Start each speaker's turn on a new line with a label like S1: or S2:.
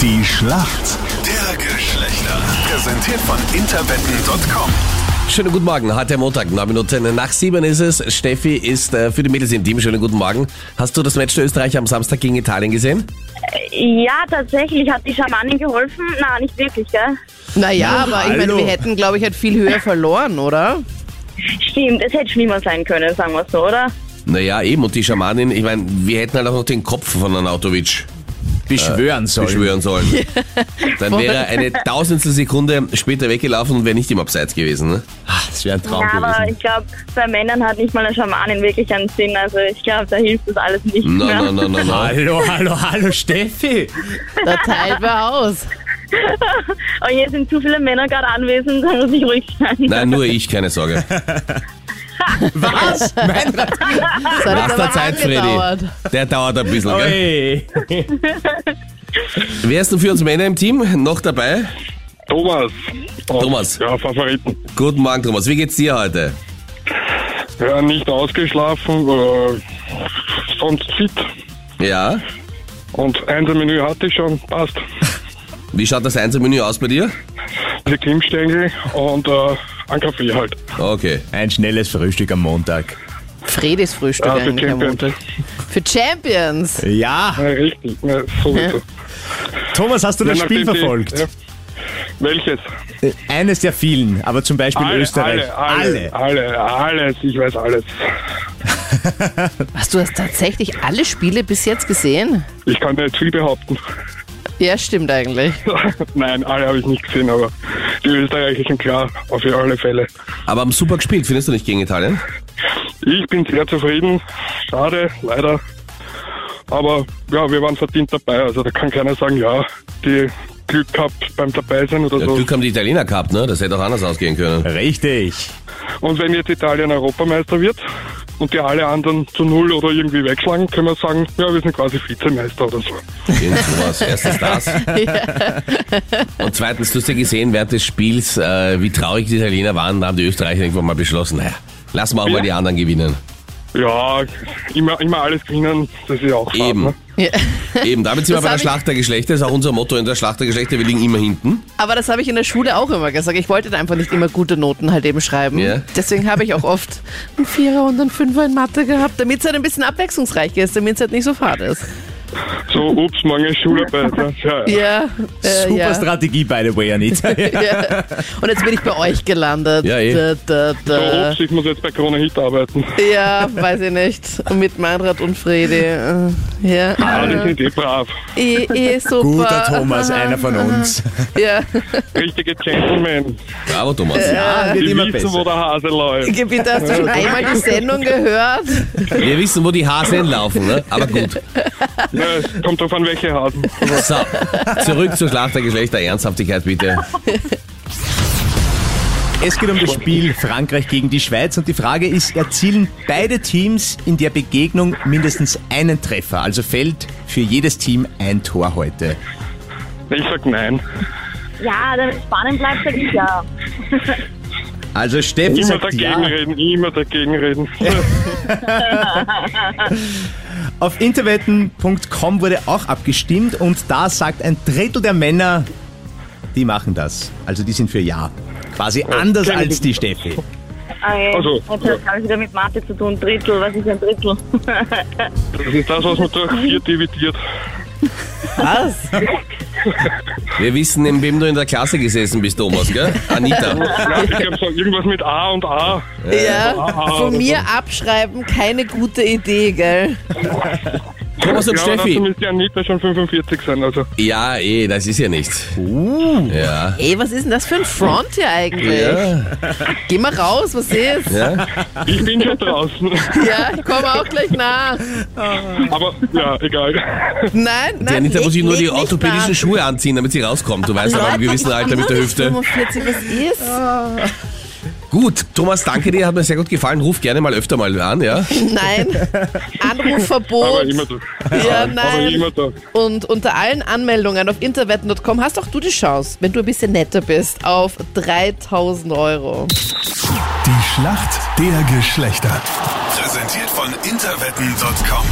S1: Die Schlacht der Geschlechter. Präsentiert von interwetten.com.
S2: Schönen guten Morgen, heute Montag, neun Minuten nach sieben ist es. Steffi ist äh, für die Mädels im Team. Schönen guten Morgen. Hast du das Match der Österreicher am Samstag gegen Italien gesehen?
S3: Ja, tatsächlich hat die Schamanin geholfen. Na, nicht wirklich, gell?
S4: Naja, aber ich meine, wir hätten, glaube ich, halt viel höher verloren, oder?
S3: Stimmt, es hätte schlimmer sein können, sagen wir so, oder?
S2: Naja, eben. Und die Schamanin, ich meine, wir hätten halt auch noch den Kopf von Anautovic
S5: beschwören soll.
S2: beschwören sollen. Dann wäre er eine tausendstel Sekunde später weggelaufen und wäre nicht im Abseits gewesen. Ne?
S5: Ah, Das wäre ein Traum
S3: Ja, aber
S5: gewesen.
S3: ich glaube, bei Männern hat nicht mal eine Schamanin wirklich einen Sinn. Also ich glaube, da hilft das alles nicht mehr.
S2: Nein, nein, nein, nein, nein.
S5: Hallo, hallo, hallo, Steffi.
S4: Da teilen wir aus.
S3: Und jetzt sind zu viele Männer gerade anwesend, da muss ich ruhig sein.
S2: Nein, nur ich, keine Sorge.
S5: Was? Mein Rat.
S2: Lass
S4: Das hat jetzt
S2: der
S4: aber
S2: Zeit, Freddy.
S4: angedauert.
S2: Der dauert ein bisschen, gell?
S5: Oi.
S2: Wer ist denn für uns Männer im Team noch dabei?
S6: Thomas.
S2: Thomas.
S6: Ja, Favoriten.
S2: Guten Morgen, Thomas. Wie geht's dir heute?
S6: Ja, nicht ausgeschlafen, äh, sonst fit.
S2: Ja?
S6: Und Einzelmenü hatte ich schon, passt.
S2: Wie schaut das Einzelmenü aus bei dir?
S6: Die Klimmstängel und äh, ein Kaffee halt.
S2: Okay.
S5: Ein schnelles Frühstück am Montag.
S4: Fredis Frühstück
S6: Ja, für
S4: eigentlich am
S6: Champions.
S4: Montag. Für Champions.
S5: Ja,
S6: Ja, richtig, ne, sowieso.
S5: Thomas, hast du das
S6: Je
S5: Spiel
S6: nachdem, die-
S5: verfolgt?
S6: ja. Welches?
S5: Äh, Eines der vielen, aber zum Beispiel Österreich.
S6: alle, alle, alle, alles, ich weiß alles.
S4: Was, du hast tatsächlich alle Spiele bis jetzt gesehen?
S6: Ich kann nicht viel behaupten.
S4: Ja, stimmt eigentlich.
S6: Nein, alle habe ich nicht gesehen, aber die österreichischen klar, auf alle Fälle.
S2: Aber haben super gespielt, findest du nicht gegen Italien?
S6: Ich bin sehr zufrieden. Schade, leider. Aber ja, wir waren verdient dabei. Also da kann keiner sagen, ja, die Glück gehabt beim Dabeisein oder
S2: Ja,
S6: so.
S2: Glück haben die Italiener gehabt, ne? Das hätte auch anders ausgehen können.
S5: Richtig.
S6: Und wenn jetzt Italien Europameister wird und die alle anderen zu Null oder irgendwie wegschlagen, können wir sagen, ja, wir sind quasi Vizemeister oder so.
S2: Irgend sowas. Erstens das. Und zweitens, du hast ja gesehen während des Spiels, äh, wie traurig die Italiener waren. Da haben die Österreicher irgendwann mal beschlossen, naja, lassen wir auch mal
S6: Ja.
S2: die anderen gewinnen.
S6: Ja, immer, immer alles gewinnen, das ist ja auch Spaß,
S2: Eben.
S6: Ne?
S4: Ja.
S2: Eben, damit sind wir
S4: Das
S2: bei der
S4: hab ich-
S2: Schlacht der Geschlechter. Das ist auch unser Motto in der Schlacht der Geschlechter. Wir liegen immer hinten.
S4: Aber das habe ich in der Schule auch immer gesagt. Ich wollte da einfach nicht immer gute Noten halt eben schreiben.
S2: Ja.
S4: Deswegen habe ich auch oft einen Vierer und einen Fünfer in Mathe gehabt, damit es halt ein bisschen abwechslungsreich ist, damit es halt nicht so fad ist.
S6: So, ups, morgen ist Schularbeit. Ne? Ja, ja.
S4: Ja, äh,
S5: Super
S4: ja.
S5: Strategie, by the way, Anita.
S4: Ja. Und jetzt bin ich bei euch gelandet.
S2: Ja, eh.
S4: Da, da,
S6: So,
S4: da.
S6: ups, ich muss jetzt bei Corona Hit arbeiten.
S4: Ja, weiß ich nicht. Mit Meinrad und Fredi. äh, Ja.
S6: Ah, die sind eh brav.
S4: Eh, eh, super.
S5: Guter Thomas, einer von uns.
S4: Ja.
S6: Richtige Gentlemen.
S2: Bravo, Thomas.
S5: Ja,
S6: Die wissen, wo der Hase läuft.
S4: Bitte hast du schon einmal die Sendung gehört?
S2: Wir wissen, wo die Hasen laufen, ne? Aber gut.
S6: Ne, es kommt drauf an, welche Hasen.
S2: So, zurück zur Schlacht der Geschlechter. Ernsthaftigkeit bitte.
S5: Es geht um das Spiel Frankreich gegen die Schweiz und die Frage ist, erzielen beide Teams in der Begegnung mindestens einen Treffer? Also fällt für jedes Team ein Tor heute.
S6: Ich sag nein.
S3: Ja, damit es spannend bleibt, sag ich ja.
S5: Also Steffi
S6: Immer
S5: sagt
S6: dagegen
S5: ja.
S6: reden, immer dagegen reden.
S5: Auf interwetten.com wurde auch abgestimmt und da sagt ein Drittel der Männer, die machen das. Also die sind für Ja. Quasi anders
S6: kenn ich
S5: als die Steffi.
S3: Okay.
S6: Also,
S3: jetzt hat es, glaube ich, wieder mit Mathe zu tun. Drittel, was ist ein Drittel?
S6: Das ist das, was man durch vier dividiert.
S4: Was?
S2: Wir wissen, neben wem du in der Klasse gesessen bist, Thomas, gell? Anita.
S6: Ja, ich glaube so irgendwas mit A und A.
S4: Ja. Von mir abschreiben, keine gute Idee, gell?
S2: Thomas und
S6: ja, dazu
S2: Steffi.
S6: müsste die Anita schon 45 sein. Also
S2: Ja, eh, das ist ja nichts. Ja.
S4: Ey, was ist denn das für ein Front hier eigentlich?
S2: Ja.
S4: Geh mal raus, was ist?
S2: ja.
S6: ich bin schon draußen.
S4: Ja, ich komme auch gleich nach.
S6: Aber ja, egal.
S4: Nein, nein.
S2: Die Anita
S4: leg-
S2: muss sich nur
S4: leg
S2: die
S4: nicht
S2: orthopädischen
S4: nach.
S2: Schuhe anziehen, damit sie rauskommt. Du weißt aber im gewissen Alter mit der Hüfte.
S4: 45, was ist?
S2: Gut, Thomas, danke dir, hat mir sehr gut gefallen. Ruf gerne mal öfter mal an, ja?
S4: Nein.
S6: Aber
S4: Anrufverbot.
S6: immer durch.
S4: Ja,
S6: Aber
S4: nein.
S6: immer durch.
S4: Und unter allen Anmeldungen auf interwetten.com hast auch du die Chance, wenn du ein bisschen netter bist, auf 3000 Euro.
S1: Die Schlacht der Geschlechter. Präsentiert von interwetten.com.